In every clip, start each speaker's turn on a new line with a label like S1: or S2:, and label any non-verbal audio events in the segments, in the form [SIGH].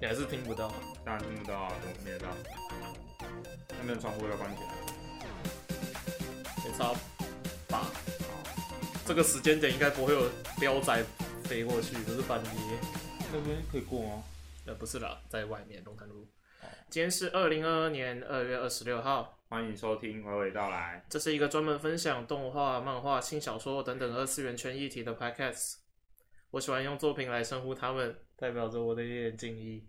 S1: 你还是听不到。
S2: 当然听不到啊，怎么听得到？那边的窗户要关起来。
S1: 没差吧？这个时间点应该不会有标仔飞过去，不是半夜。
S2: 那边可以过吗？
S1: 呃，不是啦，在外面龙潭路
S2: 哦。
S1: 今天是二零二二年二月二十六号，
S2: 欢迎收听《娓娓道来
S1: 这是一个专门分享动画、漫画、轻小说等等二次元圈议题的 podcast。我喜欢用作品来称呼他们，代表着我的一点敬意。》，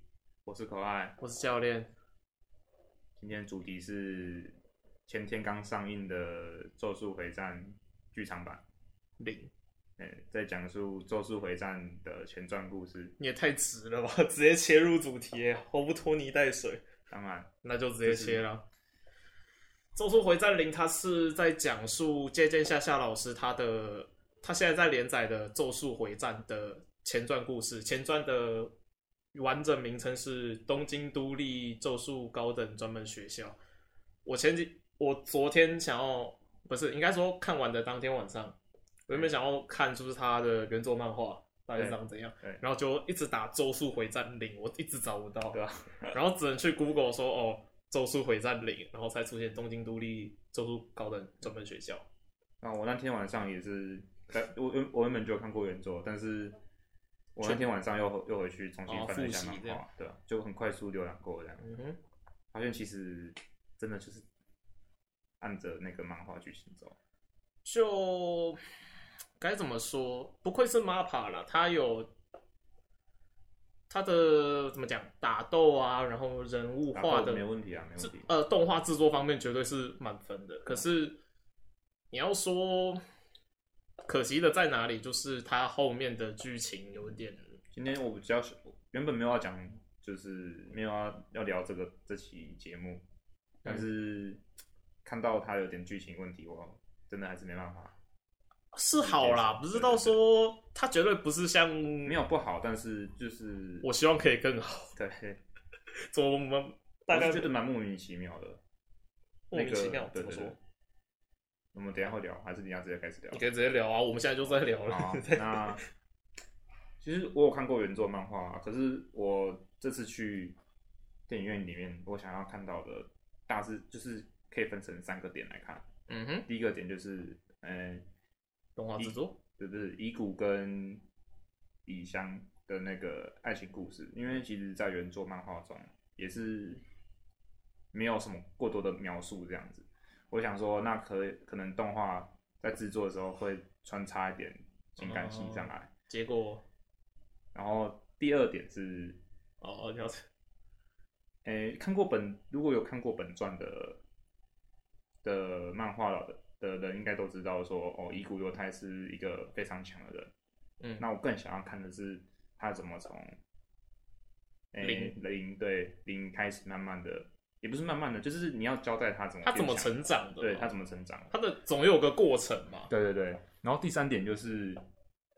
S2: 我是可爱。
S1: 我是教练，
S2: 今天主题是前天刚上映的《咒术回战》剧场版，
S1: 零，
S2: 嗯、在讲述《咒术回战》的前传故事。
S1: [LAUGHS] 你也太直了吧，直接切入主题，毫不拖泥带水。
S2: 当然，
S1: 那就直接切了。《咒术回战零》它是在讲述借鉴夏夏老师他的他现在在连载的《咒术回战》的前传故事，前传的完整名称是《东京都立咒术高等专门学校》。我前几我昨天想要不是应该说看完的当天晚上，我原本想要看就是他的原作漫画大概是长怎样
S2: 对对，
S1: 然后就一直打《咒术回战零》，我一直找不到。
S2: 对吧、啊
S1: 然后只能去 Google 说哦，《咒术回战零》，然后才出现东京都立咒术高等专门学校。
S2: 那我那天晚上也是，呃我原我原本就有看过原作，但是我那天晚上又回又回去重新
S1: 哦
S2: 翻了一下
S1: 复习这
S2: 漫
S1: 样
S2: 画，对吧、就很快速浏览过这样。
S1: 嗯哼，
S2: 发现其实真的就是按着那个漫画剧情走。
S1: 就该怎么说？不愧是 MAPPA 啦，它有它的怎么讲打斗啊，然后人物
S2: 打
S1: 画
S2: 斗
S1: 的
S2: 没问题啊，没问
S1: 制
S2: 题。
S1: 呃动画制作方面绝对是满分的。可是你要说可惜的在哪里，就是它后面的剧情有点
S2: 今天我比较原本没有要讲，就是没有要要聊这个这期节目，
S1: 嗯
S2: 但是看到它有点剧情问题，我真的还是没办法。
S1: 是好啦，不
S2: 对
S1: 知道说他绝对不是像
S2: 没有不好，但是就是
S1: 我希望可以更
S2: [LAUGHS]
S1: 好。
S2: 对，
S1: 怎么我们大
S2: 我
S1: 概
S2: 是觉得蛮莫名其妙的。
S1: 莫名其妙
S2: 那
S1: 怎
S2: 个
S1: 么
S2: 对对
S1: 说
S2: 对？我们等一下会聊，还是等一下直接开始聊
S1: 你？可以直接聊啊，我们现在就在聊
S2: 好
S1: 了。，
S2: 哦
S1: [LAUGHS]
S2: 那其实我有看过原作漫画，啊可是我这次去电影院里面，我想要看到的大致就是可以分成三个点来看。
S1: 嗯哼，
S2: 第一个点就是，嗯、
S1: 动画制作，
S2: 对不对？乙骨跟乙香的那个爱情故事，因为其实，在原作漫画中也是没有什么过多的描述这样子。我想说，那可可能动画在制作的时候会穿插一点情感戏上来。
S1: 结果
S2: 然后第二点是，
S1: 哦，哦，你要
S2: 诶，看过本如果有看过本传的的漫画的的人，应该都知道说，哦，伊古犹太是一个非常强的人。
S1: 嗯
S2: 那我更想要看的是他怎么从诶
S1: 零
S2: 零对零开始慢慢的，也不是慢慢的，就是你要交代他怎么
S1: 他怎么
S2: 变强，
S1: 成长啊的？
S2: 啊对他怎么成长。
S1: 他的总有个过程嘛。
S2: 对对对，然后第三点就是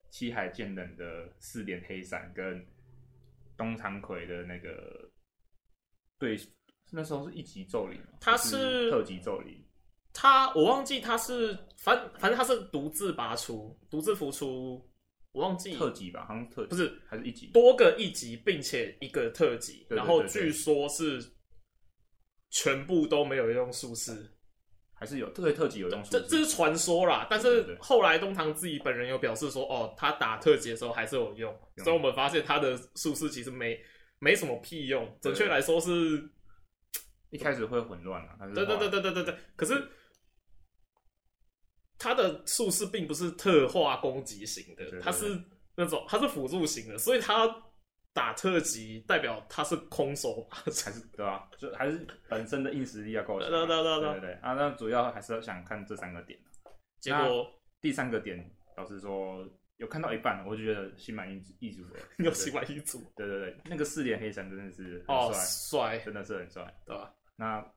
S2: 七海剑人的四连黑伞跟东长葵的那个对，那时候是一级咒灵嘛，
S1: 他
S2: 就是特级咒灵，
S1: 他我忘记他是反反正他是独自拔出，独自浮出，我忘记
S2: 特级吧，好像是特
S1: 不是
S2: 还是一级，
S1: 多个一集，并且一个特辑，
S2: 对对对
S1: 然后据说是全部都没有用术士，
S2: 还是有特特级有用
S1: 这
S2: 数
S1: 这
S2: 字
S1: 是传说啦。但
S2: 对
S1: 是
S2: 对对
S1: 后来东堂自己本人有表示说，哦，他打特辑的时候还是有用，
S2: 用
S1: 所以我们发现他的术士其实没没什么屁用，
S2: 对
S1: 准确来说是，
S2: 一开始会混乱啊，但是
S1: 对对对对对对对，可是。他的术士并不是特化攻击型
S2: 对
S1: 的，
S2: 对
S1: 他是那种他是辅助型的，所以他打特辑代表他是空手把
S2: 还是对啊，就还是本身的硬实力要够强啊，
S1: 对对对对
S2: 对
S1: 对
S2: 对对啊，那主要还是想看这三个点啊
S1: 结果，
S2: 第三个点，老实说有看到一半，我就觉得心满意足意足了
S1: [LAUGHS] [LAUGHS] 又心满意足
S2: 对对对，那个四连黑伞真的是
S1: 哦
S2: 很，帅，
S1: 帅
S2: 真的是很帅。
S1: 对啊吧？
S2: 那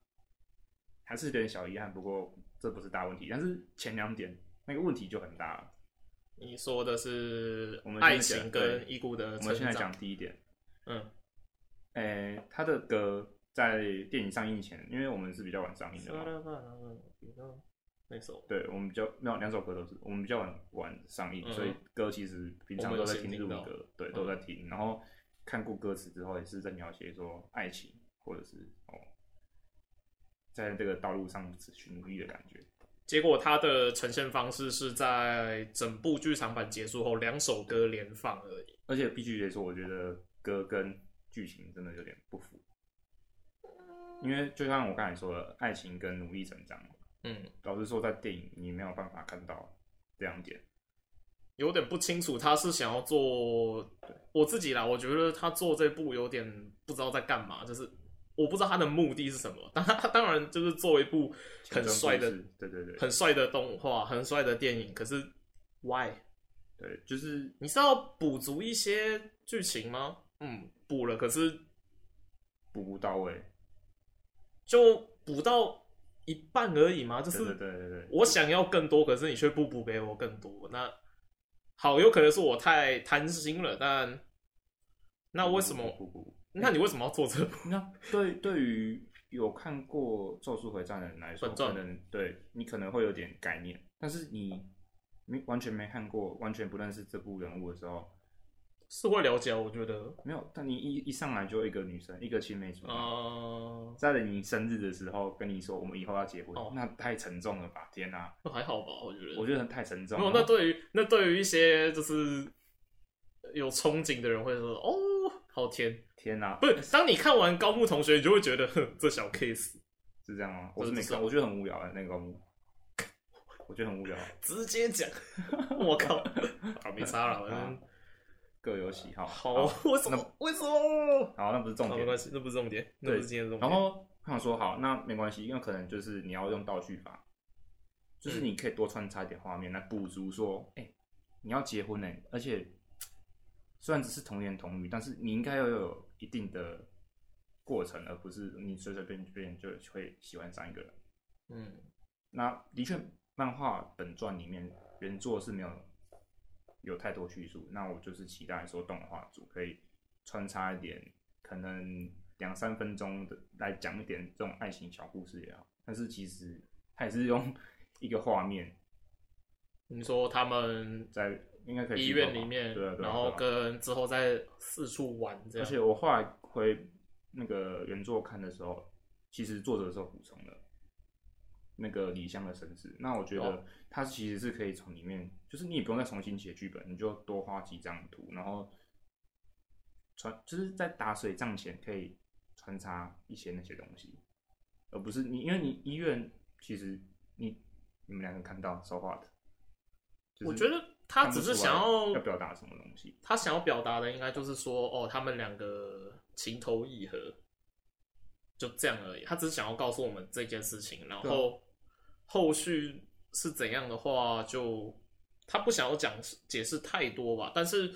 S2: 还是有点小遗憾，不过这不是大问题。但是前两点那个问题就很大了。
S1: 你说的是
S2: 我们
S1: 爱
S2: 现在
S1: 情
S2: 讲
S1: 跟
S2: 对
S1: 遗骨的
S2: 我们现
S1: 成
S2: 在
S1: 长
S2: 讲，第一点，
S1: 嗯，
S2: 诶、他的歌在电影上映前，因为我们是比较晚上映
S1: 啊
S2: 的嘛，
S1: [LAUGHS] 那首
S2: 对我们比较没有两首歌都是我们比较晚晚上映，
S1: 嗯
S2: 所以歌其实平常都在听日文
S1: 我们有先嗯
S2: 歌，对，都在听。然后看过歌词之后，也是在描写说爱情，或者是哦，在这个道路上只去努力的感觉。
S1: 结果它的呈现方式是在整部剧场版结束后两首歌连放而已。
S2: 而且必须得说，我觉得歌跟剧情真的有点不符，因为就像我刚才说的，爱情跟努力成长，
S1: 嗯，
S2: 老实说，在电影你没有办法看到这两点。
S1: 有点不清楚他是想要做我自己啦，我觉得他做这部有点不知道在干嘛，就是我不知道他的目的是什么。 [LAUGHS] 当他当然就是做一部很帅的
S2: 前传故事对对对，
S1: 很帅的动画、很帅的电影，可是 why？
S2: 对，就是
S1: 你是要补足一些剧情吗？嗯，补了，可是
S2: 补不到位。
S1: 就补到一半而已嘛，就
S2: 对对
S1: 是
S2: 对对对，
S1: 我想要更多，可是你却不补给我更多。那好，有可能是我太贪心了，但那为什么？
S2: 不不不，
S1: 那你为什么要做这部？
S2: 那对对于有看过《咒术回战》的人来说，
S1: 本传
S2: 可能对你可能会有点概念，但是你没完全没看过，完全不认识这部人物的时候，
S1: 是会了解啊，我觉得，
S2: 没有。但你一一上来就一个女生，一个青梅竹
S1: [LAUGHS]
S2: 马，
S1: 啊，
S2: 在你生日的时候跟你说我们以后要结婚，
S1: 哦
S2: 那太沉重了吧？天哪、
S1: 那嗯还好吧，我觉得。
S2: 我觉得太沉重
S1: 没有，
S2: 了。
S1: 哦那对于那对于一些就是有憧憬的人会说，哦，好甜。
S2: 天哪、
S1: 不是， [LAUGHS] 当你看完高木同学，你就会觉得， [LAUGHS] 哼，这小 case
S2: 是这样吗？我是
S1: 不
S2: 没
S1: 是
S2: 看，我觉得很无聊啊，那个公我觉得很无聊，
S1: 直接讲， [LAUGHS] 我 [LAUGHS] 靠，啊，没差了，反正。
S2: 各有喜好。
S1: 好，为什么？为什么？
S2: 好，那不是重
S1: 好，哦
S2: 点
S1: 没，关系，那不是重点，那不是今天的重
S2: 然
S1: 点。
S2: 后他想说好，那没关系，因为可能就是你要用倒叙法，就是
S1: 嗯
S2: 你可以多穿插一点画面来补足说，哎、你要结婚呢、而且嘖虽然只是童言童语，但是你应该要有一定的过程，而不是你随随便便就会喜欢上一个人。
S1: 嗯，
S2: 那的确，漫画本传里面原作是没有有太多叙述，那我就是期待说动画组可以穿插一点，可能两三分钟的来讲一点这种爱情小故事也好，但是其实它也是用 [LAUGHS] 一个画面
S1: 你说他们
S2: 在应该可以
S1: 医
S2: 剧透吧
S1: 院里面
S2: 对啊对，啊
S1: 然后
S2: 对啊
S1: 跟之后再四处玩这
S2: 而
S1: 样。
S2: 且我后来回那个原作看的时候，其实作者是有补充了那个李湘的身世。那我觉
S1: 哦
S2: 得他其实是可以从里面，就是你也不用再重新写剧本，你就多画几张图，然后穿就是在打水仗前可以穿插一些那些东西，而不是你因为你医院其实你你们两个看到说话的，就是
S1: 我觉得他只是想
S2: 看不出来
S1: 要
S2: 要表达什么东西，
S1: 他想要表达的应该就是说，哦，他们两个情投意合，就这样而已。他只是想要告诉我们这件事情，
S2: 啊
S1: 然后后续是怎样的话就，他不想要讲解释太多吧。但是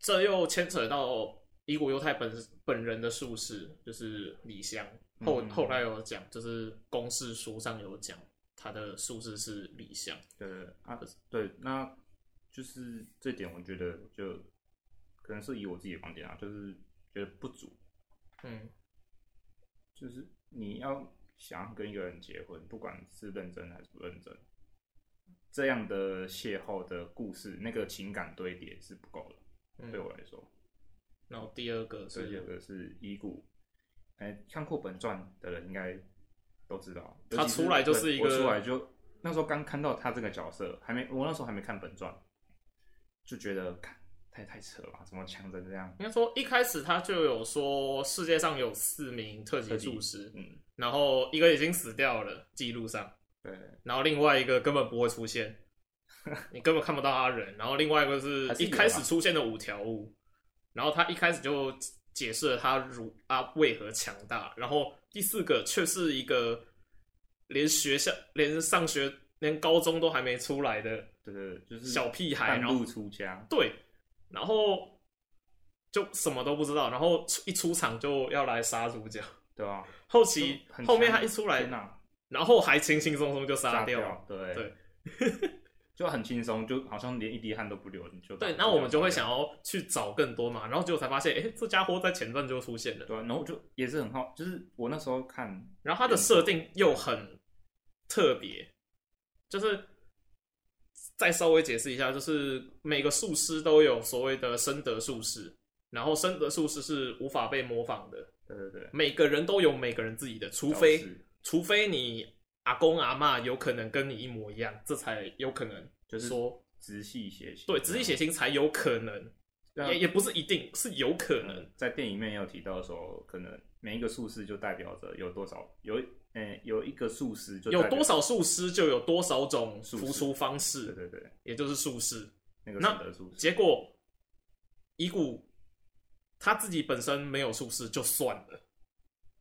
S1: 这又牵扯到伊古犹太本本人的术士，就是李湘。后
S2: 嗯
S1: 后来有讲，就是公式书上有讲，他的术士是李湘。
S2: 对对对啊，对，那就是这点，我觉得就可能是以我自己的观点啊，就是觉得不足，
S1: 嗯，
S2: 就是你要想要跟一个人结婚，不管是认真还是不认真，这样的邂逅的故事，那个情感堆叠是不够的，
S1: 嗯
S2: 对我来说。
S1: 然后第二个
S2: 所以这
S1: 是啊
S2: 个是遗骨，哎、看过本传的人应该都知道，
S1: 他
S2: 尤其
S1: 出来就是一个
S2: 对我出来就那时候刚看到他这个角色，还没我那时候还没看本传，就觉得看太太扯了吧，怎么强成这样？
S1: 应该说一开始他就有说世界上有四名特级术师，
S2: 嗯，
S1: 然后一个已经死掉了记录上，
S2: 对，
S1: 然后另外一个根本不会出
S2: [LAUGHS]
S1: 现，你根本看不到他人，然后另外一个是
S2: 还是
S1: 一
S2: 有啊
S1: 开始出现的五条悟，然后他一开始就解释了他如啊为何强大，然后第四个却是一个连学校连上学连高中都还没出来的
S2: 对对对，就是
S1: 小屁孩，
S2: 半
S1: 然后
S2: 路出家，
S1: 对，然后就什么都不知道，然后出一出场就要来杀主角，
S2: 对吧、啊？
S1: 后期
S2: 就很
S1: 后面
S2: 强
S1: 他一出来
S2: 天，哪
S1: 然后还轻轻松松就杀
S2: 杀
S1: 掉，
S2: 对
S1: 对
S2: [LAUGHS]
S1: [LAUGHS]
S2: 就很轻松，就好像连一滴汗都不流，你就
S1: 对，
S2: 把
S1: 那我们就会
S2: 杀掉
S1: 想要去找更多嘛，然后结果才发现，哎，这家伙在前传就出现了，
S2: 对啊、然后就也是很好，就是我那时候看
S1: 然后他的设定又很特别，就是再稍微解释一下，就是每个术师都有所谓的深得术师，然后生的术师是无法被模仿的，
S2: 对对对，
S1: 每个人都有每个人自己的，除非
S2: 招式
S1: 除非你阿公阿嬷有可能跟你一模一样，这才有可能
S2: 就是
S1: 说
S2: 直系血型，
S1: 对，直系血型才有可能，
S2: 那
S1: 也也不是一定是有可能。
S2: 啊嗯在电影里面也有提到说，可能每一个术士就代表着有多少有，嗯、有一个术士就代
S1: 有
S2: 表
S1: 多少术师就有多少种
S2: 术
S1: 付
S2: 士
S1: 出方
S2: 对
S1: 式，
S2: 对对，
S1: 也就是术士。
S2: 那个
S1: 那
S2: 神的术士，
S1: 结果乙骨他自己本身没有术士就算了，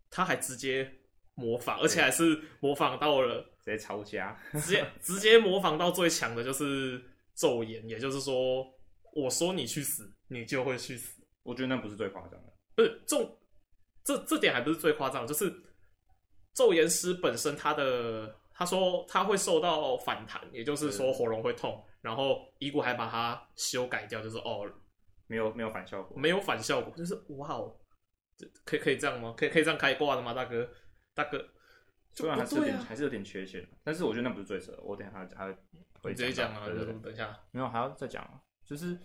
S1: 他还直接模仿，而且还是模仿到了
S2: 直接抄家，
S1: 直接 [LAUGHS] 直接模仿到最强的就是呃咒言，也就是说，我说你去死，你就会去死。
S2: 我觉得那不是最夸张的，
S1: 不是重，这这点还不是最夸张的，就是咒言师本身他的他说他会受到反弹，也就是说
S2: 嗯
S1: 喉咙会痛，然后伊谷还把它修改掉，就是哦
S2: 没有没有反效果，
S1: 没有反效果，就是哇哦，这可以可以这样吗？可以可以这样开挂的吗，大哥？大哥，
S2: 虽然
S1: 就不
S2: 还是有
S1: 对
S2: 点、
S1: 啊，
S2: 还是有点缺陷，但是我觉得那不是最扯的，我等一下还会
S1: 你直接讲
S2: 到
S1: 啊，就
S2: 对对
S1: 是
S2: 对，
S1: 等一下，
S2: 没有还要再讲啊，就是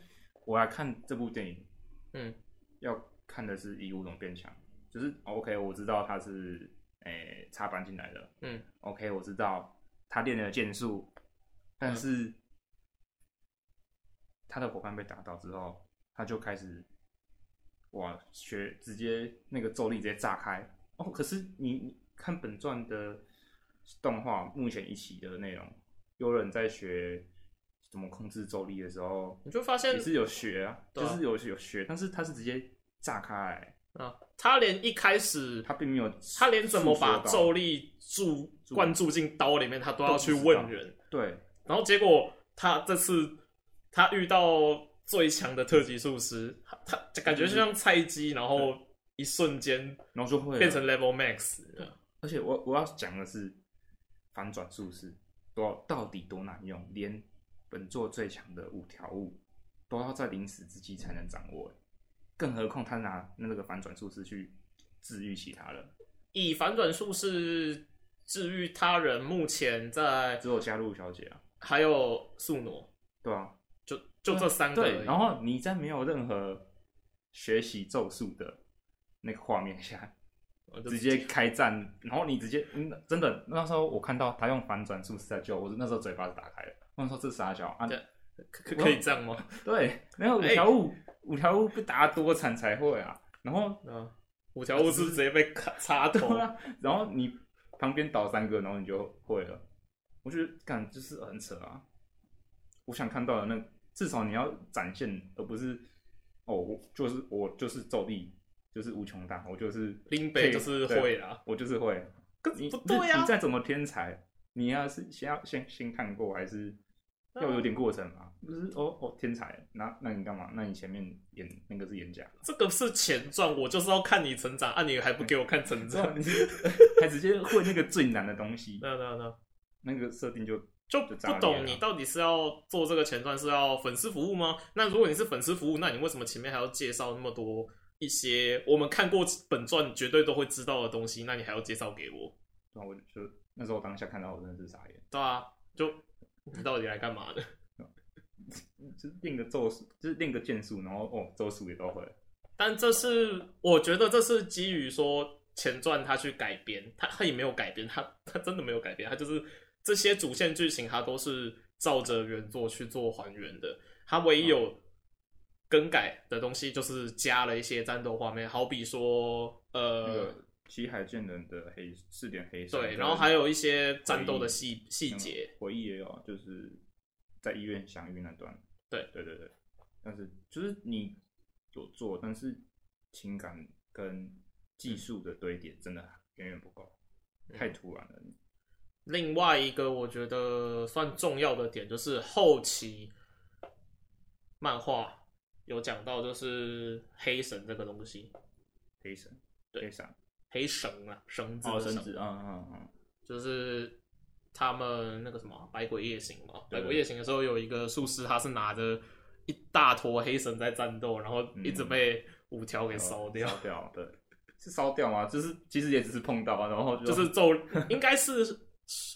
S2: 我来看这部电影，
S1: 嗯，
S2: 要看的是以物种变强，就是 OK，我知道他是诶、插班进来的，
S1: 嗯
S2: ，OK，我知道他练了剑术，但是、他的伙伴被打倒之后，他就开始哇学直接那个咒力直接炸开哦。可是你你看本传的动画目前一期的内容，有人在学怎么控制咒力的时候，
S1: 你就发现
S2: 也是有学啊，
S1: 对啊
S2: 就是有有学，但是他是直接炸开、
S1: 啊，他连一开始
S2: 他并没有
S1: 他连怎么把
S2: 诉说到
S1: 咒力注
S2: 注
S1: 灌注进刀里面，他都要去
S2: 都
S1: 问
S2: 不知
S1: 人。
S2: 对
S1: 然后结果他这次他遇到最强的特级术师，他他感觉就像菜鸡，然后一瞬间
S2: 然后就会了
S1: 变成 level max。
S2: 而且我我要讲的是反转术士多到底多难用，连本作最强的五条悟都要在临死之际才能掌握，更何况他拿那个反转术士去治愈其他人，
S1: 以反转术士治愈他人，目前在
S2: 只有加入小姐啊，
S1: 还有素挪，
S2: 对啊，
S1: 就就这三个而已。
S2: 对，然后你在没有任何学习咒术的那个画面下，
S1: 我就
S2: 直接开战，然后你直接，嗯，真的，那时候我看到他用反转术士在救我，我那时候嘴巴是打开的，我那时候这是傻笑啊，
S1: 对哎可可可以这样吗？
S2: 对，没有五条悟，五条悟被打多惨才会啊。然后，
S1: 啊，五条悟是直接被卡插
S2: 对
S1: 头。
S2: 啊，然后你旁边倒三个，然后你就会了。我觉得感就是很扯啊。我想看到的那，至少你要展现，而不是哦，我就是我就是咒力，就是无穷大，我就是
S1: 林北
S2: 可以
S1: 就是
S2: 对
S1: 会啦，
S2: 我就是会。
S1: 可
S2: 你
S1: 不对呀、
S2: 你再怎么天才，你要是先要先先看过，还是
S1: 啊
S2: 要有点过程嘛？不是哦哦，天才，那那你干嘛？那你前面演那个是演假，
S1: 这个是前传，我就是要看你成长，啊，你还不给我看成
S2: 知道
S1: 长？
S2: [LAUGHS] 你是还直接会那个最难的东西，
S1: [LAUGHS] 那那那
S2: 那个设定就
S1: 就
S2: 就炸
S1: 不
S2: 裂了
S1: 懂你到底是要做这个前传是要粉丝服务吗？那如果你是粉丝服务，那你为什么前面还要介绍那么多一些我们看过本传绝对都会知道的东西？那你还要介绍给我？
S2: 那我就那时候当下看到我真的是傻眼，
S1: 对啊，就你到底来干嘛的？
S2: 嗯就是练个咒术，就是练个剑术，然后哦咒术也都会，
S1: 但这是我觉得这是基于说前传他去改编，他他也没有改编，他他真的没有改编，他就是这些主线剧情他都是照着原作去做还原的，他唯一有更改的东西就是加了一些战斗画面，好比说
S2: 那
S1: 呃。
S2: 个七海剑人的黑四点黑山
S1: 对，
S2: 的
S1: 然后还有一些战斗的
S2: 回忆
S1: 细细节，
S2: 回忆也有，啊就是在医院相遇那段。
S1: 对
S2: 对对对，但是就是你有做，但是情感跟
S1: 嗯
S2: 技术的堆叠真的远远不够，太突然了。
S1: 另外一个我觉得算重要的点就是后期漫画有讲到，就是黑神这个东西，
S2: 黑神，
S1: 对哦
S2: 黑神，
S1: 黑绳啊，绳子
S2: 哦，
S1: 的
S2: 神
S1: 绳，
S2: 子，嗯嗯嗯，
S1: 就是他们那个什么百鬼夜行嘛，
S2: 对
S1: 百鬼夜行的时候有一个术师，他是拿着一大坨黑绳在战斗，然后一直被五条给烧掉，
S2: 呃烧掉，对，是烧掉吗？就是其实也只是碰到，啊然后
S1: [LAUGHS] 就是咒，应该是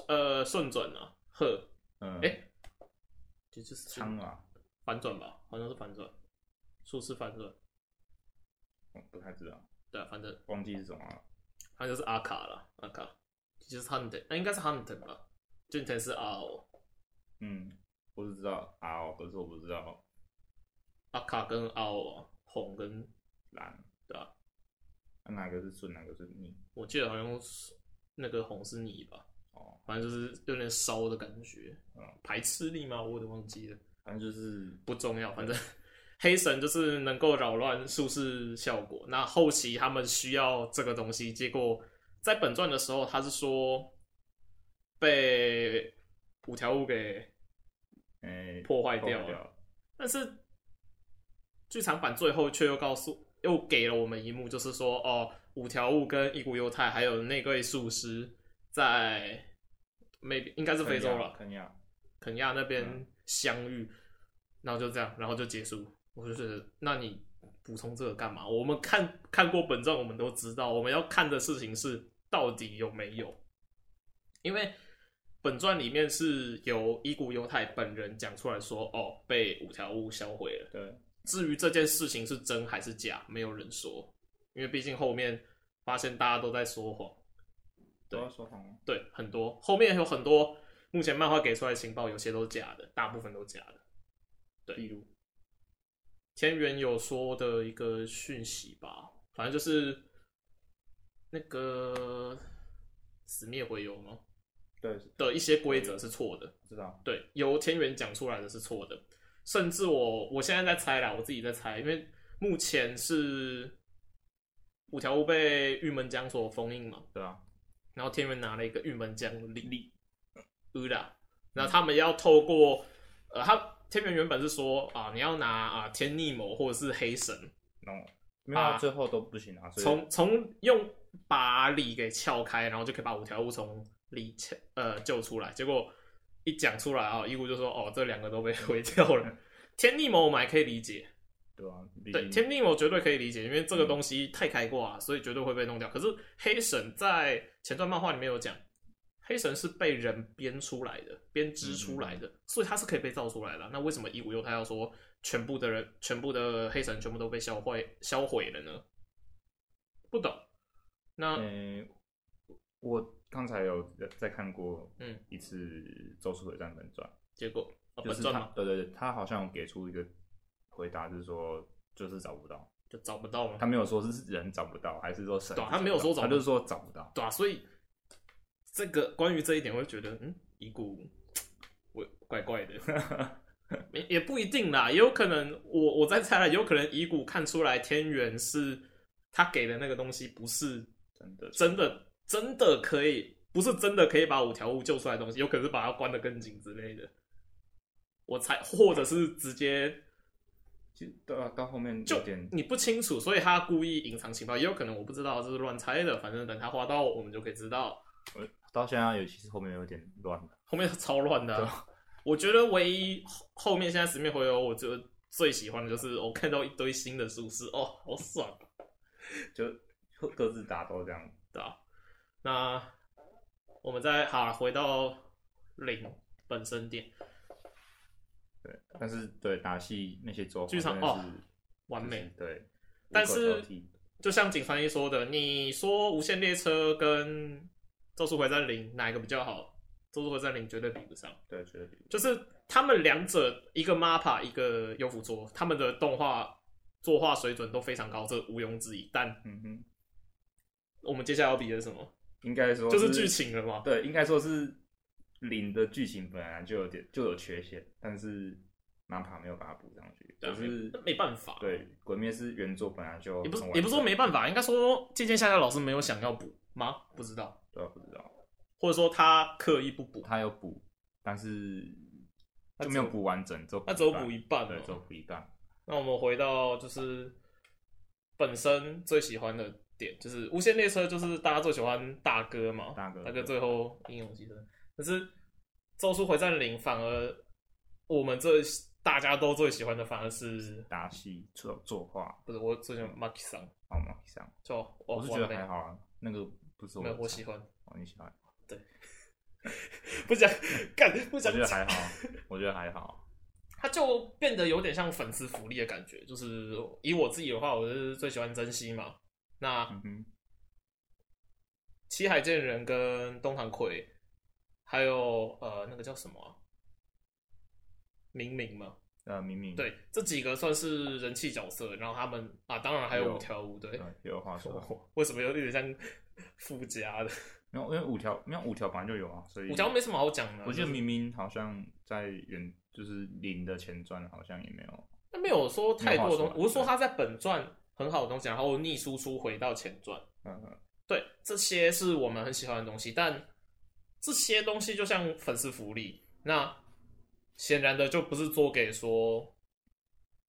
S1: 呃顺转啊，呵，
S2: 嗯，
S1: 哎就是
S2: 苍啊，
S1: 反转吧，好像是反转，术士反转，
S2: 我不太知道，
S1: 对啊，反正
S2: 忘记是什么了。
S1: 他就是阿卡了，阿卡就是 Hunter，那、应该啊是 Hunter 吧，Hunter 是 RO，
S2: 嗯，我只知道 R，可是我不知道
S1: 阿卡跟 RO 啊，红跟
S2: 蓝，
S1: 对啊，
S2: 那哪个是顺，哪个是逆？
S1: 我记得好像是那个红是你吧，
S2: 哦，
S1: 反正就是有点烧的感觉，
S2: 嗯，
S1: 排斥力吗？我有点忘记了，
S2: 反正就是
S1: 不重要，反正黑神就是能够扰乱术士效果。那后期他们需要这个东西，结果在本传的时候，他是说被五条悟给
S2: 诶、
S1: 破坏掉
S2: 破
S1: 了，但是剧场版最后却又告诉，又给了我们一幕，就是说，哦，五条悟跟一谷犹太还有那位术师在 maybe 应该是非洲了，
S2: 肯亚，
S1: 肯亚那边
S2: 嗯
S1: 相遇，然后就这样，然后就结束。我就觉得，那你补充这个干嘛？我们看看过本传，我们都知道，我们要看的事情是到底有没有，因为本传里面是由伊古犹太本人讲出来说，哦，被五条悟销毁了。
S2: 对，
S1: 至于这件事情是真还是假，没有人说，因为毕竟后面发现大家都在说谎，对
S2: 都要说谎吗，
S1: 对，很多后面有很多目前漫画给出来的情报，有些都是假的，大部分都是假的。对
S2: 例如，
S1: 天元有说的一个讯息吧，反正就是那个死灭回游吗
S2: 对，
S1: 的一些规则是错的，
S2: 我知道，
S1: 对，由天元讲出来的是错的，甚至我我现在在猜啦，我自己在猜，因为目前是五条悟被玉门江所封印嘛，
S2: 对啊，
S1: 然后天元拿了一个玉门江力乌拉，那他们要透过呃，他天元原本是说啊，你要拿啊天逆某或者是黑神，
S2: 那我没有到最后都不行啊，所以
S1: 啊从从用把里给撬开，然后就可以把五条悟从里撬呃救出来。结果一讲出来啊，伊谷就说哦，这两个都被 [LAUGHS] 毁掉了。天逆某我们还可以理解，
S2: 对啊，毕
S1: 对，
S2: 竟
S1: 天命我绝对可以理解，因为
S2: 嗯
S1: 这个东西太开挂了，所以绝对会被弄掉。可是黑神在前传漫画里面有讲，黑神是被人编出来的、编织出
S2: 嗯
S1: 来的，所以它是可以被造出来的啊。那为什么一五六他要说全部的人、全部的黑神全部都被销毁、销毁了呢？不懂。那、
S2: 嗯，我刚才有在看过，
S1: 嗯，
S2: 一次《咒术回战》本传，
S1: 结果、哦
S2: 就
S1: 本
S2: 是
S1: 传
S2: 他
S1: 嘛，，
S2: 对对对，他好像有给出一个回答，就是说就是找不到，
S1: 就找不到嘛
S2: 他。没有说是人找不到，还是说神
S1: 对啊
S2: 找不到，
S1: 他没有说找不
S2: 他就是说找不到，
S1: 对啊，所以这个关于这一点，我就觉得，嗯，一股我怪怪的，
S2: [LAUGHS]
S1: 也也不一定啦，也有可能我我在猜了，也有可能乙骨看出来天元是他给的那个东西不是
S2: 真的
S1: 真的真的可以，不是真的可以把五条悟救出来的东西，有可能是把它关得更紧之类的。我猜，或者是直接
S2: 其实到到后面
S1: 就
S2: 有点
S1: 你不清楚，所以他故意隐藏情报，也有可能我不知道，这是乱猜的。反正等他画到，我们就可以知道。
S2: 到现在，尤其是后面有点乱了，
S1: 后面超乱的啊、
S2: 对
S1: 我觉得唯一后后面现在十面回合，我觉得最喜欢的就是我看到一堆新的术士，哦，好爽，
S2: 就各自打斗这样，
S1: 对啊。那我们再好回到零本身点，
S2: 但是对打戏那些做法
S1: 剧场
S2: 真的
S1: 哦
S2: 是
S1: 完美。
S2: 就是对，
S1: 但
S2: 无可
S1: 是
S2: 挑剔
S1: 就像警川一说的，你说《无限列车》跟《咒术回战零》哪一个比较好？《咒术回战零》绝对比不上。
S2: 对觉得比
S1: 就是他们两者一个 MAPPA 一个优辅桌，他们的动画作画水准都非常高，这毋庸置疑。但
S2: 嗯哼，
S1: 我们接下来要比的是什么？
S2: 应该说
S1: 就是剧情了嘛。
S2: 对，应该说是零的剧情本来就有点就有缺陷，但是 MAPPA 没有把它补上去，
S1: 对
S2: 就
S1: 啊
S2: 是
S1: 没没办法
S2: 对，啊鬼灭是原作本来就
S1: 也不是
S2: 很完
S1: 也不是说
S2: 整
S1: 没办法，应该说渐渐下下老师没有想要补吗？不知道，
S2: 对啊，不知道
S1: 或者说他刻意不补，
S2: 他有补，但是
S1: 他
S2: 就
S1: 只
S2: 没有
S1: 有
S2: 补完整，只有
S1: 他只有
S2: 半
S1: 补一半
S2: 对，只有
S1: 哦。
S2: 补一半，
S1: 那我们回到就是本身最喜欢的点，就是《无限列车》，就是大家最喜欢大哥嘛，
S2: 大哥
S1: 大哥最后英勇牺牲。但是《咒术回战零》反而我们最大家都最喜欢的反而是
S2: 打戏作作画
S1: 不是我最喜欢 Maki 桑，
S2: 好吗？以上
S1: 就
S2: 嗯我是觉得
S1: 哦完美
S2: 还好啊，那个不是我
S1: 没有
S2: 的
S1: 我
S2: 菜
S1: 喜欢，
S2: 哦，你喜
S1: [LAUGHS]
S2: 欢，
S1: 不想干，不
S2: 我
S1: 想
S2: 觉得啊
S1: 讲
S2: 还好，我觉得还好，
S1: 它就变得有点像粉丝福利的感觉。就是以我自己的话，我是最喜欢珍惜嘛。那
S2: 嗯哼，
S1: 七海健人跟东堂葵，还有呃那个叫什么、啊、明明嘛，
S2: 呃，明明，
S1: 对，这几个算是人气角色。然后他们啊，当然还有
S2: 有
S1: 五条悟，对， [LAUGHS]
S2: 呃，有话说，
S1: 为什么有点像附加的？
S2: 没有，因为五条没有五条本来就有啊，所以
S1: 五条没什么好讲的，啊
S2: 我记
S1: 就
S2: 得
S1: 是
S2: 明明好像在原就是零的前传好像也没有，
S1: 那没有说太多的
S2: 没
S1: 东西，
S2: 话说
S1: 我是说他在本传很好的东西，然后逆输出回到前传，
S2: 嗯嗯
S1: 对，这些是我们很喜欢的东西，但这些东西就像粉丝福利，那显然的就不是做给说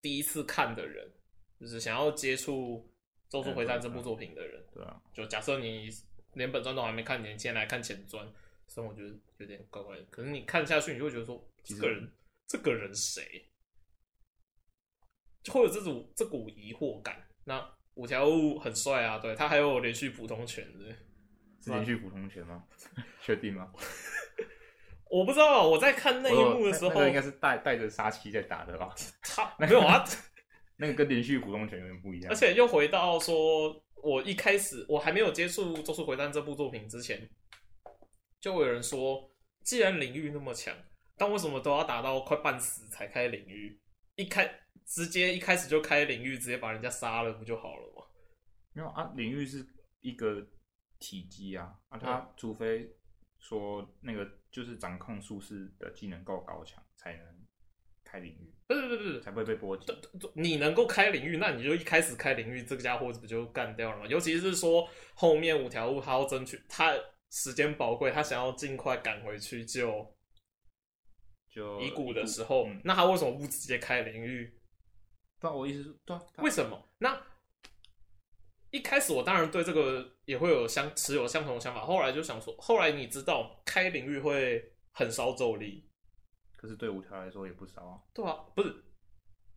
S1: 第一次看的人，就是想要接触《咒术回战》这部作品的人。
S2: 哎对啊，
S1: 就假设你连本传都还没看，你先来看前传，所以我觉得有点怪怪的。可是你看下去，你就会觉得说，这
S2: 其实
S1: 个人，这个人谁，就会有这种这股疑惑感。那五条悟很帅啊，对他还有连续普通拳的，
S2: 是连续普通拳吗？ [LAUGHS] 确定吗？
S1: 我不知道。我在看那一幕的时候，
S2: 哦那那个应该是带带着杀气在打的吧？
S1: 他没有啊，
S2: 那个跟连续普通拳有点不一样，
S1: 而且又回到说，我一开始我还没有接触《咒术回战》这部作品之前，就有人说，既然领域那么强，但为什么都要打到快半死才开领域？一开直接一开始就开领域，直接把人家杀了不就好了吗？
S2: 没有啊，领域是一个体积啊，啊，他除非说那个就是掌控术士的技能够高强，才能开领域，
S1: 不是不是不是，
S2: 才不会被波及。
S1: 你能够开领域，那你就一开始开领域，这个家伙不就干掉了吗？尤其是说后面五条悟他要争取，他时间宝贵，他想要尽快赶回去救
S2: 就
S1: 遗骨的时候，
S2: 嗯，
S1: 那他为什么不直接开领域？
S2: 对啊，我意思是，对啊，他
S1: 为什么？那一开始我当然对这个也会有相持有相同的想法，后来就想说，后来你知道开领域会很烧咒力，
S2: 可是对五条来说也不少啊，
S1: 对啊，不是，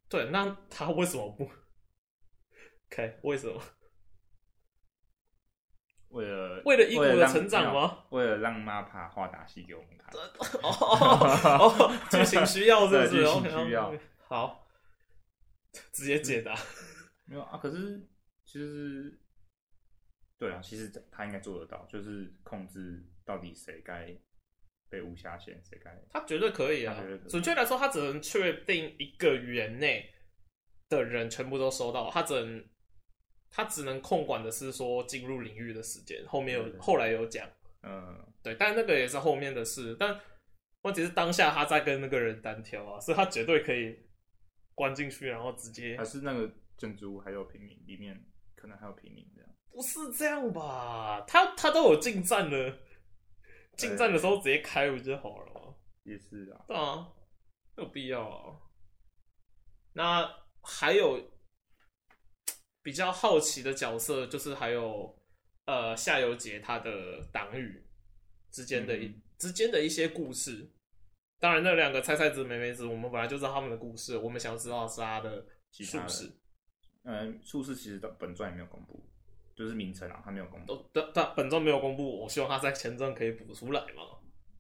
S1: 对，那他为什么不 [LAUGHS] 开？为什么？
S2: 为了
S1: 为了遗骨的
S2: 让
S1: 成长吗？
S2: 没有为了让 MAPA 画打戏给我们看，
S1: [LAUGHS] 哦 [LAUGHS] 哦，剧情需要是不是？
S2: 对剧情
S1: OK，
S2: 需要
S1: OK，好，直接解答。
S2: 没有啊，可是其实对啊，其实他应该做得到，就是控制到底谁该被无下限，谁该
S1: 他绝对可以啊
S2: 他绝对可！以
S1: 准确来说，他只能确定一个园内的人全部都收到，他只能他只能控管的是说进入领域的时间。后面
S2: 对
S1: 有
S2: 对
S1: 后来有讲，
S2: 呃
S1: 对，但那个也是后面的事。但问题是当下他在跟那个人单挑啊，所以他绝对可以关进去，然后直接
S2: 还是那个珍珠还有平民里面可能还有平民这样，
S1: 不是这样吧？他他都有进站了，进站的时候直接开不就好了吗？
S2: 也是啊，
S1: 对啊，有必要啊。那还有比较好奇的角色，就是还有呃夏油杰他的党羽之间的一、
S2: 嗯
S1: 之间的一些故事。当然，那两个菜菜子、美美子，我们本来就知道他们的故事，我们想要知道是他的
S2: 其他
S1: 术
S2: 的
S1: 士。
S2: 嗯、呃，术士其实到本传也没有公布，就是名称啊，他没有公布，
S1: 哦，但但本传没有公布，我希望他在前传可以补出来嘛，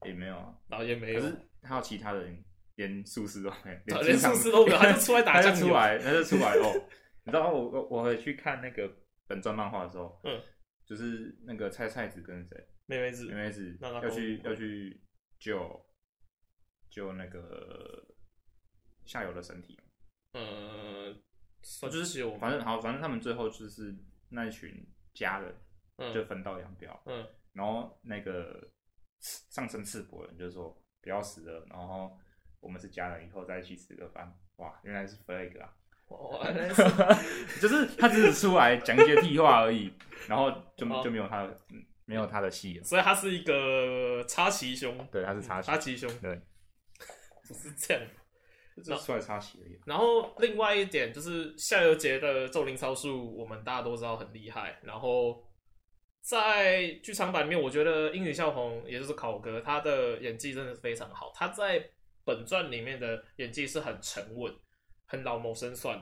S2: 也没有啊，
S1: 然后也没
S2: 可
S1: 有，啊
S2: 是还有其他人连术士都没有，
S1: 连术士都没有，他就出来打
S2: [LAUGHS] 他就
S1: 酱
S2: 出
S1: 油。
S2: 来，他就出来哦。 [LAUGHS] 你知道我我我回去看那个本传漫画的时候，
S1: 嗯，
S2: 就是那个菜菜子跟谁，
S1: 美美子，
S2: 因为是
S1: 那他
S2: 要去
S1: 公
S2: 要去救救那个下游的身体，嗯
S1: 呃，就是有
S2: 反正好，反正他们最后就是那一群家人
S1: 嗯
S2: 就分道扬镳，
S1: 嗯，
S2: 然后那个上层赤膊人就说不要死了，然后我们是家人，以后再一起吃个饭。哇，原来是 flag 啊！
S1: 哦，
S2: [LAUGHS] 就是他只是出来讲一些屁话而已，然后就
S1: 哦
S2: 就没有他的嗯没有他的戏了。
S1: 所以他是一个插旗兄，
S2: 对，他是插
S1: 嗯插
S2: 旗，
S1: 旗兄
S2: 对，
S1: 不是这样。
S2: 就出来插旗而已。
S1: 然后另外一点就是夏油杰的咒灵超术，我们大家都知道很厉害。然后在剧场版里面，我觉得英语笑红，也就是考哥，他的演技真的是非常好。他在本传里面的演技是很沉稳、很老谋深算，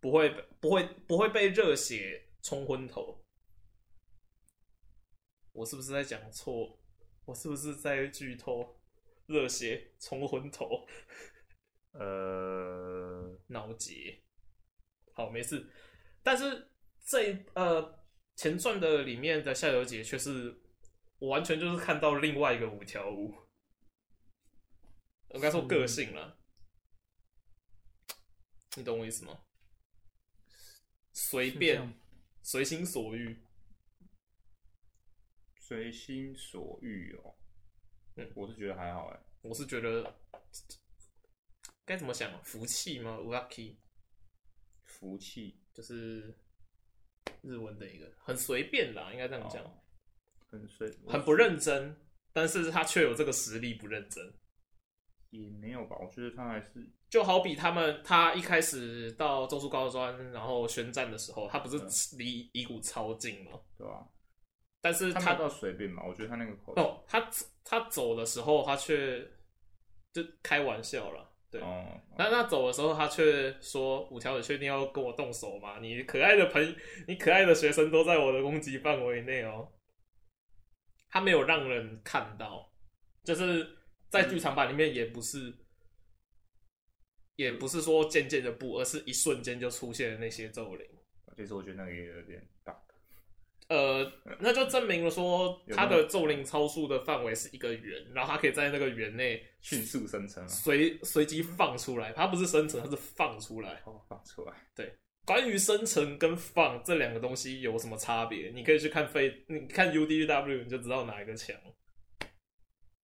S1: 不会不会不会被热血冲昏头。我是不是在讲错？我是不是在剧透？热血冲昏头？
S2: 呃，
S1: 脑结。好，没事。但是这一呃前传的里面的夏油杰却是我完全就是看到另外一个五条悟，我该说个性了，你懂我意思吗？随
S3: 是这
S1: 便
S3: 样
S1: 随心所欲，
S2: 随心所欲哦。
S1: 嗯
S2: 我是觉得还好哎、
S1: 我是觉得该怎么想啊？福气吗？lucky
S2: 福气
S1: 就是日文的一个很随便啦，应该这样讲。
S2: 哦很随，
S1: 很不认真，但是他却有这个实力不认真。
S2: 也没有吧？我觉得他还是
S1: 就好比他们，他一开始到咒术高专，然后宣战的时候，他不是离遗骨超近吗？
S2: 对吧、
S1: 但是
S2: 他没
S1: 他
S2: 有到随便嘛，我觉得他那个口
S1: 哦，他他走的时候，他却就开玩笑了，对。
S2: 哦，
S1: 那他走的时候，他却说：“五条，你确定要跟我动手吗？你可爱的朋，你可爱的学生都在我的攻击范围内哦。”他没有让人看到，就是在剧场版里面也不是，也不是说渐渐的不，而是一瞬间就出现了那些咒灵。
S2: 其实我觉得那个也有点大，
S1: 呃，那就证明了说他的咒灵超速的范围是一个圆，然后他可以在那个圆内
S2: 迅速生成啊，
S1: 随随机放出来，他不是生成，他是放出来。
S2: 哦，放出来，
S1: 关于生成跟放这两个东西有什么差别？你可以去看非，你看 UDW 你就知道哪一个强，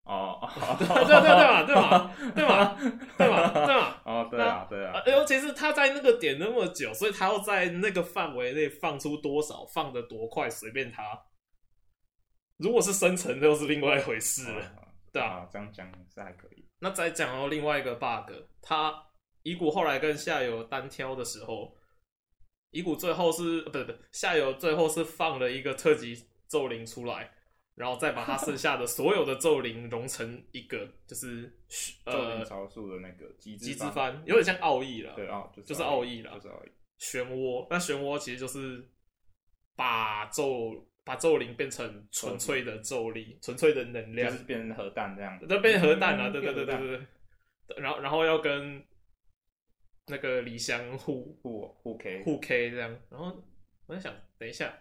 S2: 哦，
S1: 对 [LAUGHS]
S2: 对
S1: 对啊对嘛，对嘛，对嘛，对
S2: [LAUGHS]
S1: 嘛，对嘛。
S2: 哦，对啊，对啊
S1: 啊，，尤其是他在那个点那么久，所以他要在那个范围内放出多少，放的多快，随便他。如果是生成，那又是另外一回事了。
S2: 啊
S1: 对啊，
S2: 这样讲是还可以，
S1: 那再讲到另外一个 bug，他乙骨后来跟下游单挑的时候，乙骨最后是呃不是不是下游最后是放了一个特级咒灵出来，然后再把他剩下的所有的咒灵融成一个，就是
S2: 咒灵
S1: 呃
S2: 招数的那个机
S1: 极
S2: 制
S1: 致翻，有点像奥义了。
S2: 对啊，哦
S1: 就
S2: 就是
S1: 奥义啦
S2: 就是奥义，
S1: 漩涡，那漩涡其实就是把咒把咒灵变成纯粹的咒力，纯粹的能量
S2: 就，是变成核弹这样，
S1: 这变核弹了、啊，
S2: 嗯
S1: 对对对对，
S2: 变核弹
S1: 对对。然后然后要跟那个李湘互
S2: 互互 K
S1: 互 K 这样，然后我在想，等一下，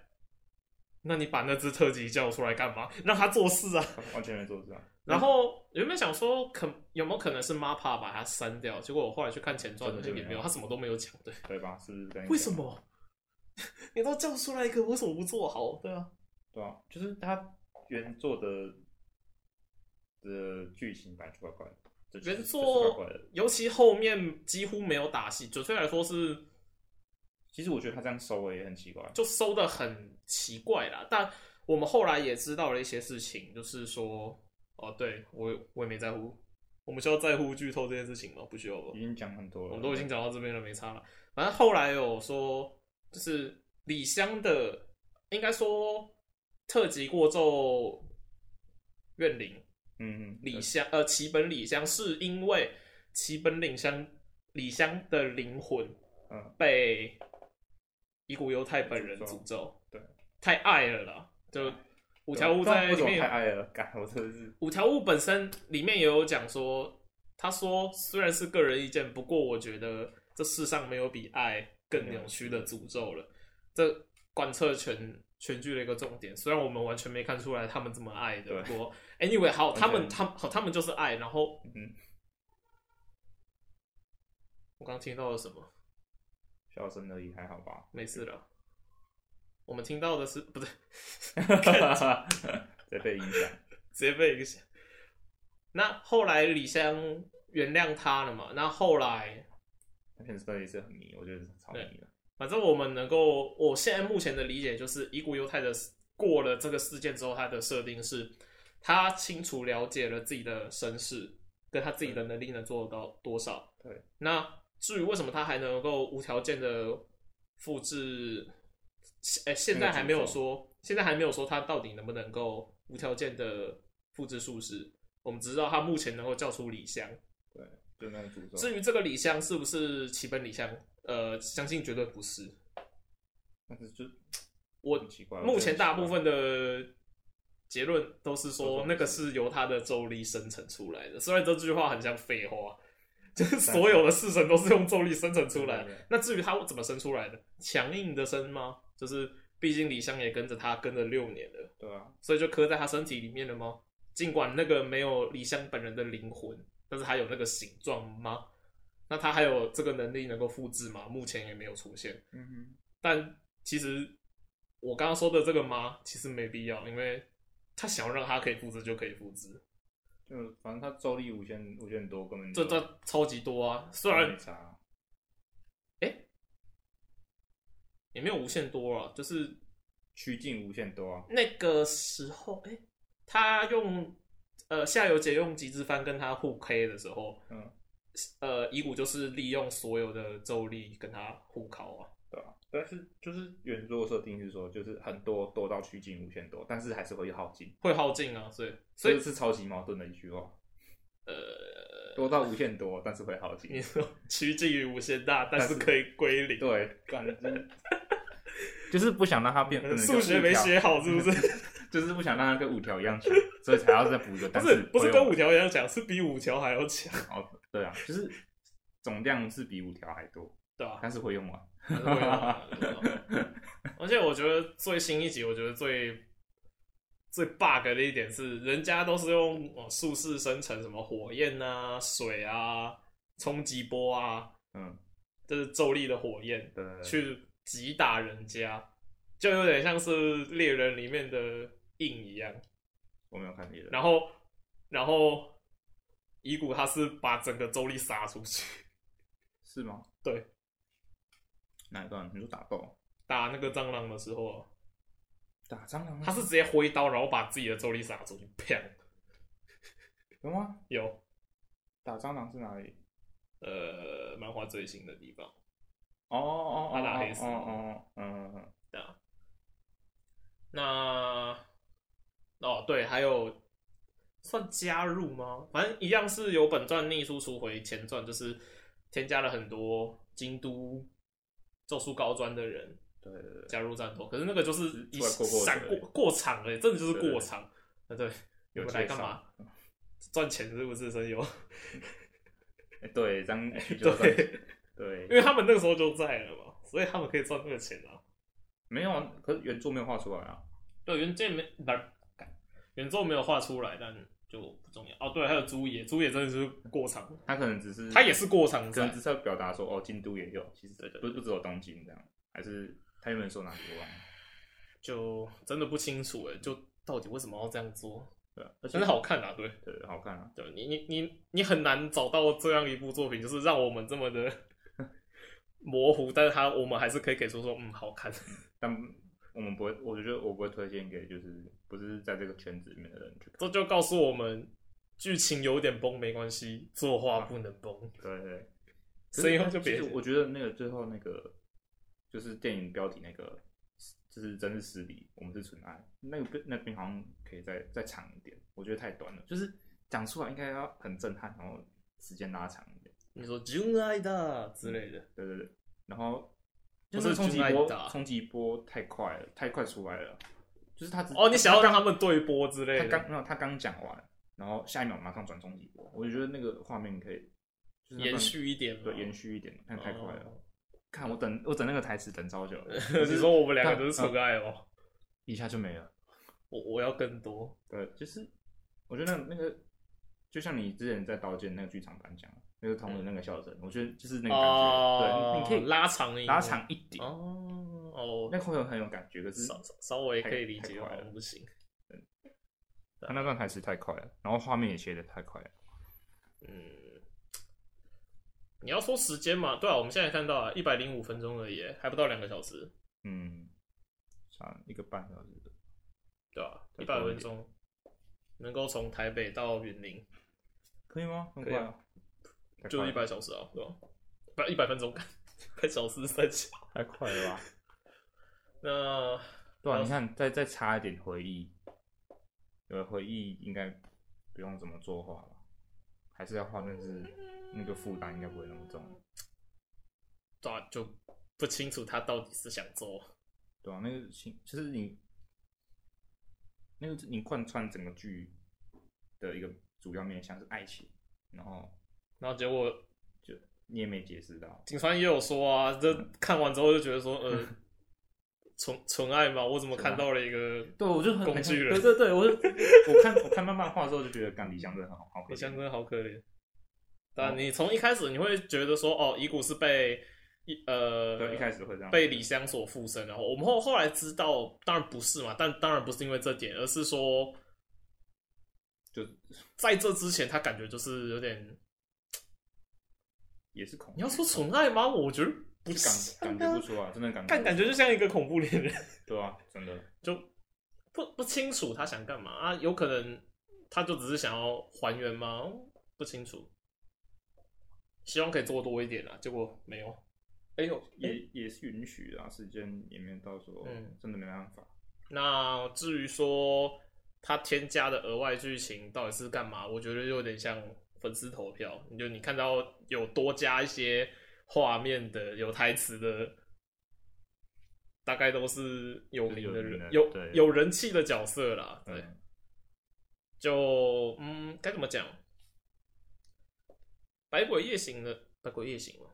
S1: 那你把那只特级叫出来干嘛？让他做事啊。
S2: 完全没做这样，
S1: 然后原本想说可有没有可能是 MAPA 把它删掉，结果我后来去看前传的
S2: 真的
S1: 也
S2: 没有
S1: 没有，他什么都没有讲，对。
S2: 对吧？是不是跟你
S1: 为什
S2: 讲
S1: 么？ [LAUGHS] 你都叫出来一个，为什么不做好？对啊，
S2: 对啊，就是他原作的的剧情版就怪怪的，这就是
S1: 原
S2: 就是怪
S1: 作
S2: 怪的。
S1: 尤其后面几乎没有打戏，准确来说是
S2: 其实我觉得他这样收尾也很奇怪，
S1: 就收的很奇怪啦。但我们后来也知道了一些事情，就是说，哦，对我我也没在乎，我们需要在乎剧透这件事情吗？不需要吧
S2: 已？经讲很多了，
S1: 我们都已经讲到这边了，没差了。反正后来有说，就是李湘的，应该说特级过咒怨灵，
S2: 嗯嗯
S1: 李湘呃齐本李湘是因为齐本李湘李湘的灵魂
S2: 嗯
S1: 被伊古犹太本人诅
S2: 诅
S1: 咒，
S2: 对，啊
S1: 太爱了啦，就五条悟在
S2: 为什
S1: 里
S2: 么
S1: 面
S2: 太
S1: 有
S2: 爱了，干我真的是
S1: 五条悟本身里面也有讲说，他说虽然是个人意见，不过我觉得这世上没有比爱更扭曲的诅咒了。这贯彻全全剧的一个重点，虽然我们完全没看出来他们怎么爱的，
S2: 对
S1: 不过 anyway 好，他们
S2: 完全
S1: 他们好，他们就是爱。然后
S2: 嗯
S1: 我刚听到了什么？
S2: 小声而已，还好吧？
S1: 没事了。我们听到的是不对，
S2: [LAUGHS] 在被影响，
S1: 直接被影响。那后来李湘原谅他了嘛？那后来
S2: 那片真的也是很迷，我觉得是超迷的。
S1: 反正我们能够，我现在目前的理解就是，伊古犹太的过了这个事件之后，他的设定是，他清楚了解了自己的身世，跟他自己的能力能做到多少。
S2: 对，
S1: 那至于为什么他还能够无条件的复制，呃，现在还没有说，现在还没有说他到底能不能够无条件的复制术士。我们只知道他目前能够叫出李湘，
S2: 对，就那个诅咒。
S1: 至于这个李湘是不是齐本李湘，呃，相信绝对不是。
S2: 但是就
S1: 我
S2: 很奇怪，
S1: 目
S2: 我觉得
S1: 前
S2: 很
S1: 大
S2: 奇怪
S1: 部分的结论都是
S2: 都
S1: 说
S2: 是
S1: 那个是由他的咒力生成出来的，虽然这句话很像废话， [LAUGHS] 就是所有的式神都是用咒力生成出来的
S2: 对对对。
S1: 那至于他怎么生出来的，强硬的生吗？就是毕竟李湘也跟着他跟了六年了，
S2: 对啊，
S1: 所以就刻在他身体里面了吗？尽管那个没有李湘本人的灵魂，但是他有那个形状吗？那他还有这个能力能够复制吗？目前也没有出现。
S2: 嗯哼，
S1: 但其实我刚刚说的这个吗，其实没必要，因为他想要让他可以复制就可以复制，
S2: 就反正他咒力无限无限多，根本
S1: 这
S2: 就
S1: 这超级多啊！虽
S2: 没
S1: 然
S2: 差，
S1: 也没有无限多啊，就是
S2: 趋近无限多啊，
S1: 那个时候，哎、他用呃夏油杰用极致番跟他互 K 的时候，
S2: 嗯，
S1: 呃乙骨就是利用所有的咒力跟他互考啊，
S2: 对啊。但是就是原作设定是说，就是很多多到趋近无限多，但是还是会耗尽，
S1: 会耗尽啊，所以所以
S2: 这是超级矛盾的一句话，
S1: 呃，
S2: 多到无限多，但是会耗
S1: [LAUGHS]
S2: 尽
S1: 你。说趋近于无限大，但是
S2: 但是
S1: 可以归零，
S2: 对，啊感觉 [LAUGHS] 就是不想让它变，
S1: 数学没学好是不是？
S2: [LAUGHS] 就是不想让它跟五条一样强，所以才要再补一个。
S1: 不
S2: 但
S1: 是不是
S2: 会
S1: 跟
S2: 有
S1: 五条一样强，是比五条还要强，
S2: 哦，对啊，就是总量是比五条还多，
S1: 对吧、
S2: 但是会用完。
S1: 还是会有啊还是会有啊 [LAUGHS] 而且我觉得最新一集，我觉得最最 bug 的一点是，人家都是用哦术式生成什么火焰啊、水啊、冲击波啊，
S2: 嗯，呃
S1: 就是咒力的火焰
S2: 对对，对
S1: 去击打人家，就有点像是猎人里面的印一样。
S2: 我没有看别的。
S1: 然后，然后乙骨他是把整个咒力撒出去，
S2: 是吗？
S1: 对，
S2: 哪一段？你说打斗、
S1: 打那个蟑螂的时候啊，
S2: 打蟑螂吗？
S1: 他是直接挥刀，然后把自己的咒力撒出去，砰！
S2: 有吗？
S1: 有
S2: 打蟑螂是哪里？
S1: 呃漫画最新的地方，
S2: 哦哦哦，
S1: 他打黑丝
S2: 哦哦，哦嗯嗯嗯，
S1: 对啊。那哦对，还有算加入吗？反正一样是由本传逆输赎回前传，就是添加了很多京都咒术高专的人
S2: 对对对，
S1: 加入战斗，可是那个就是一
S2: 出来过过
S1: 闪
S2: 水
S1: 过过场了，真的就是过场。啊对，
S2: 有
S1: 我们来
S2: 介
S1: 干
S2: 绍
S1: 嘛？赚钱是不是？真有，
S2: 哎对，张宇宙战
S1: 对，
S2: 对
S1: 因，为他们那个时候就在了嘛，所以他们可以赚那个钱啊。
S2: 没有啊，可是原作没有画出来啊。
S1: 对，原件没不是干原作没有画出来，但就不重要。哦，对，还有朱野，朱野真的是过场，
S2: 他可能只是
S1: 他也是过场
S2: 可能
S1: 赛
S2: 只，是要表达说，哦，京都也有，其实
S1: 对对
S2: 不不只有东京这样，还是他原本说哪里忘了，
S1: 就真的不清楚哎，就到底为什么要这样做？
S2: 对啊，而且
S1: 真的好看啊，对，
S2: 对好看啊，
S1: 对你你你你很难找到这样一部作品，就是让我们这么的 [LAUGHS] 模糊，但是它我们还是可以给出说嗯好看。
S2: 但我们不会，我觉得我不会推荐给就是不是在这个圈子里面的人去看，
S1: 这就告诉我们，剧情有点崩没关系，作画不能崩。
S2: 对对对，
S1: 所以就别
S2: 其实我觉得那个最后那个就是电影标题那个，就是真是失礼，我们是纯爱，那个那边好像可以再再长一点，我觉得太短了，就是讲出来应该要很震撼，然后时间拉长一点。
S1: 你说“真爱的”之类的，
S2: 对对对，然后
S1: 不
S2: 就是是冲击
S1: 军爱
S2: 波
S1: 打，
S2: 冲击波太快了，太快出来了，就是他只
S1: 哦，你想要让他们对波之
S2: 嗯他
S1: 类的，
S2: 刚没有他刚讲完，然后下一秒马上转冲击波，我就觉得那个画面可以就是那段
S1: 延续一点嘛，
S2: 对延续一点，但太快了。
S1: 哦
S2: 看我等我等那个台词等超久
S1: [LAUGHS]
S2: 了，
S1: 你
S2: 就是
S1: 说我们两个都是
S2: 嗯
S1: 纯爱哦，
S2: 一下就没了。
S1: 我我要更多，
S2: 对，就是我觉得那那个就像你之前在刀剑那个剧场版讲的，那个同人那个笑声，我觉得就是那个感觉，
S1: 哦
S2: 对，你你可以
S1: 拉长一点
S2: 拉长一点，
S1: 哦哦
S2: 那，会有很有感觉，可是
S1: 稍稍微可以理解，
S2: 太快
S1: 好
S2: 了
S1: 像不行。
S2: 他那段台词太快了，然后画面也切的太快了。
S1: 嗯，你要说时间嘛，对啊，我们现在看到啊，一百零五分钟而已，还不到两个小时，
S2: 嗯，上一个半小时的，
S1: 对吧、啊？一
S2: 再
S1: 百
S2: 多一
S1: 分
S2: 点
S1: 钟能够从台北到云林，
S2: 可以吗？很
S1: 可以
S2: 快
S1: 啊
S2: 啊，太
S1: 就
S2: 快
S1: 一
S2: 了
S1: 百小时啊，对吧？不，一百分钟， [LAUGHS] 一百小时三小。
S2: 太快
S1: [LAUGHS]
S2: 了吧？
S1: 那
S2: 对
S1: 还
S2: 啊，
S1: 有
S2: 你看，再再插一点回忆，有回忆应该不用怎么作画吧？还是要画，但是那个负担应该不会那么重，
S1: 对、啊、就不清楚他到底是想做，
S2: 对啊，那个情就是你那个你贯穿整个剧的一个主要面向是爱情，然后
S1: 然后结果
S2: 你也没解释到，
S1: 井川也有说啊，这看完之后就觉得说，呃，
S2: 嗯
S1: 纯纯爱嘛，我怎么看到了一个
S2: 对我就很
S1: 工具人
S2: 对对对，我就 [LAUGHS] 我看我看漫漫画的时候就觉得，干李湘真的很好，好可
S1: 李
S2: 惜
S1: 湘真的好可怜。
S2: 哦
S1: 但你从一开始你会觉得说，哦，遗骨是被一呃
S2: 对，一开始会这样，
S1: 被李湘所附身，然后我们后后来知道，当然不是嘛，但当然不是因为这点，而是说
S2: 就
S1: 在这之前他感觉就是有点，
S2: 也是恐，
S1: 你要说纯爱吗？我觉得不是啊
S2: 感感觉不出来，真的感觉
S1: 感感觉就像一个恐怖恋人，
S2: 对啊，真的
S1: 就不不清楚他想干嘛啊，有可能他就只是想要还原吗？不清楚，希望可以做多一点啊，结果没有。哎呦，
S2: 也也是允许啊，时间也没有到说
S1: 嗯，
S2: 真的没办法，
S1: 那至于说他添加的额外剧情到底是干嘛，我觉得有点像粉丝投票，你就你看到有多加一些画面的、有台词的，大概都是有名的人、
S2: 有
S1: 有
S2: 名的对
S1: 有人气的角色啦。对，
S2: 嗯，
S1: 就嗯，该怎么讲？百鬼夜行的百鬼夜行嘛，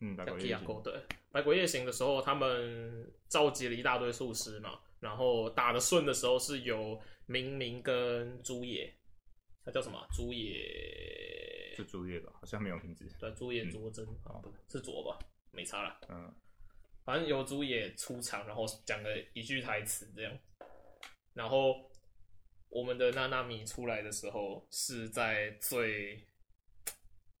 S2: 嗯，大概
S1: 叫
S2: 也
S1: k i
S2: 是
S1: a 对，百鬼夜行的时候，他们召集了一大堆术师嘛，然后打的顺的时候是有明明跟朱野，他叫什么啊？朱野，
S2: 是竹叶吧，好像没有名字，
S1: 对，朱野
S2: 嗯
S1: 卓真，啊，不是卓吧？没差啦，
S2: 嗯，
S1: 反正由朱野出场，然后讲了一句台词这样，然后我们的娜娜米出来的时候是在最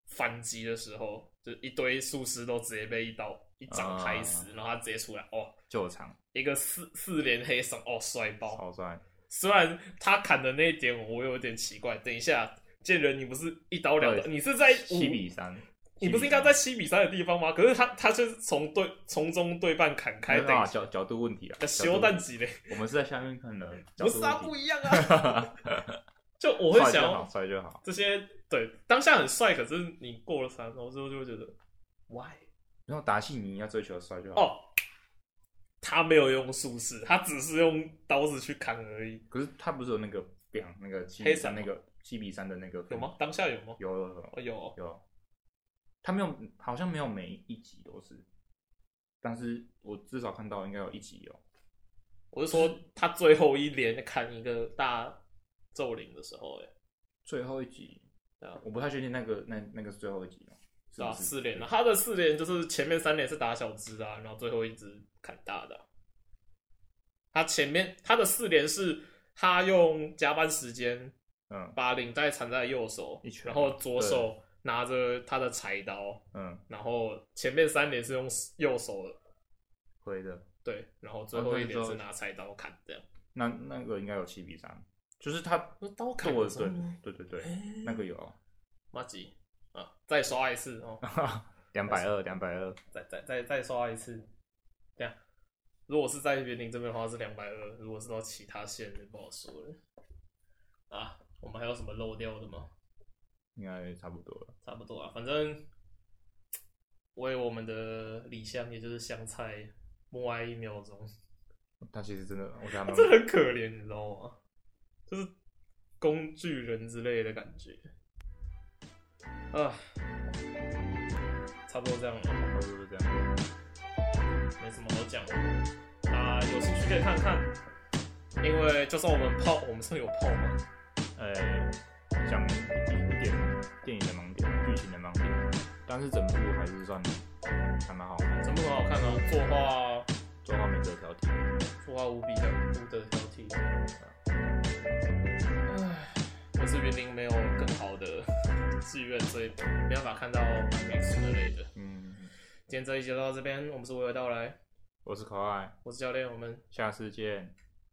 S1: 反击的时候，就是一堆术师都直接被一刀一掌
S2: 啊
S1: 拍死，然后他直接出来，哦，
S2: 救场
S1: 一个四四连黑手，哦，帅爆！
S2: 超帅，
S1: [LAUGHS] 虽然他砍的那一点我有点奇怪，等一下剑人你不是一刀两断，
S2: 对
S1: 你是在五
S2: 七比三，
S1: 你不是应该在七比三的地方吗？可是他他就是从对从中对半砍开，
S2: 开
S1: 等一
S2: 啊
S1: 下
S2: 角角度问题啊，角
S1: 修
S2: 度
S1: 蛋
S2: 问题
S1: 几嘞？
S2: 我们是在下面
S1: [LAUGHS]
S2: 看的，角
S1: 不
S2: 度
S1: 是啊，
S2: 问
S1: 不
S2: 题
S1: 一样啊。 [LAUGHS] 就我会
S2: 帅就
S1: 想
S2: 好
S1: 要
S2: 帅就好，
S1: 这些，对当下很帅，可是你过了三楼之后就会觉得，why？
S2: 然后达西尼要追求帅就好，
S1: 哦，他没有用术士，他只是用刀子去砍而已，
S2: 可是他不是有那个 biang 那个七
S1: 黑
S2: 比
S1: 伞
S2: 三
S1: 吗
S2: 那个七比三的那个
S1: 有吗？？当下有吗？
S2: 嗯有有有
S1: 哦，有哦
S2: 有，他没有，好像没有每一集都是，但是我至少看到应该有一集有，
S1: 我是说他最后一连砍一个大咒灵的时候，哎，
S2: 最后一集
S1: 对啊，
S2: 我不太确定那个那那个是最后一集哦，是
S1: 对啊，
S2: 不是
S1: 四连啊，他的四连就是前面三连是打小只的啊、然后最后一只砍大的啊、他前面他的四连是他用加班时间
S2: 嗯
S1: 把领带缠在右手
S2: 一，拳
S1: 然后左手拿着他的柴刀，
S2: 嗯，
S1: 然后前面三连是用右手的，
S2: 回的，
S1: 对，然后最后一连
S2: 哦那
S1: 是
S2: 就
S1: 拿柴刀砍这样。
S2: 那那个应该有七比三，就是他
S1: 那刀砍哎
S2: 对我
S1: 的时候
S2: 对
S1: 吗
S2: 对对对，那
S1: [LAUGHS]
S2: 个有啊，
S1: 马吉啊，再刷一次哦，
S2: 两百二两百二，
S1: 再再再再刷一次，这样。如果是在园林这边的话是两百二，如果是到其他县就不好说了。啊，我们还有什么漏掉的吗？
S2: 应该差不多了，
S1: 差不多啊，反正为我们的李湘，也就是香菜，默哀一秒钟， [LAUGHS]
S2: 他其实真的，我觉得
S1: 他
S2: 他蛮
S1: 真啊的很可怜，你知道吗？就是工具人之类的感觉。啊，差不多这样了。
S2: 差不多是这样。
S1: 没什么好讲的。啊、有兴趣可以看看，因为就算我们泡，我们是有泡吗？
S2: 呃，讲一点电影的盲点、剧情的盲点，但是整部还是算还蛮好看，
S1: 整部很好看啊，作画
S2: 做画没得挑剔。
S1: 作画无比的，无得挑剔。唉，可是云林没有更好的志愿，所以没办法看到美术之类的。
S2: 嗯，
S1: 今天这一集就到这边，我们是娓娓道来，
S2: 我是可爱，
S1: 我是教练，我们
S2: 下次见。